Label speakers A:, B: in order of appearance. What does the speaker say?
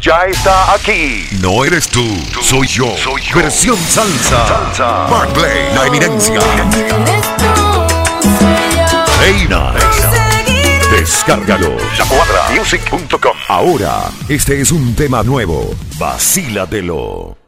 A: ya está aquí.
B: No eres tú, soy yo.
A: Soy yo.
B: Versión salsa.
A: Salsa.
B: Barclay, la eminencia. Reina. Descárgalo.
A: La cuadra music.com.
B: Ahora, este es un tema nuevo. Vacílatelo.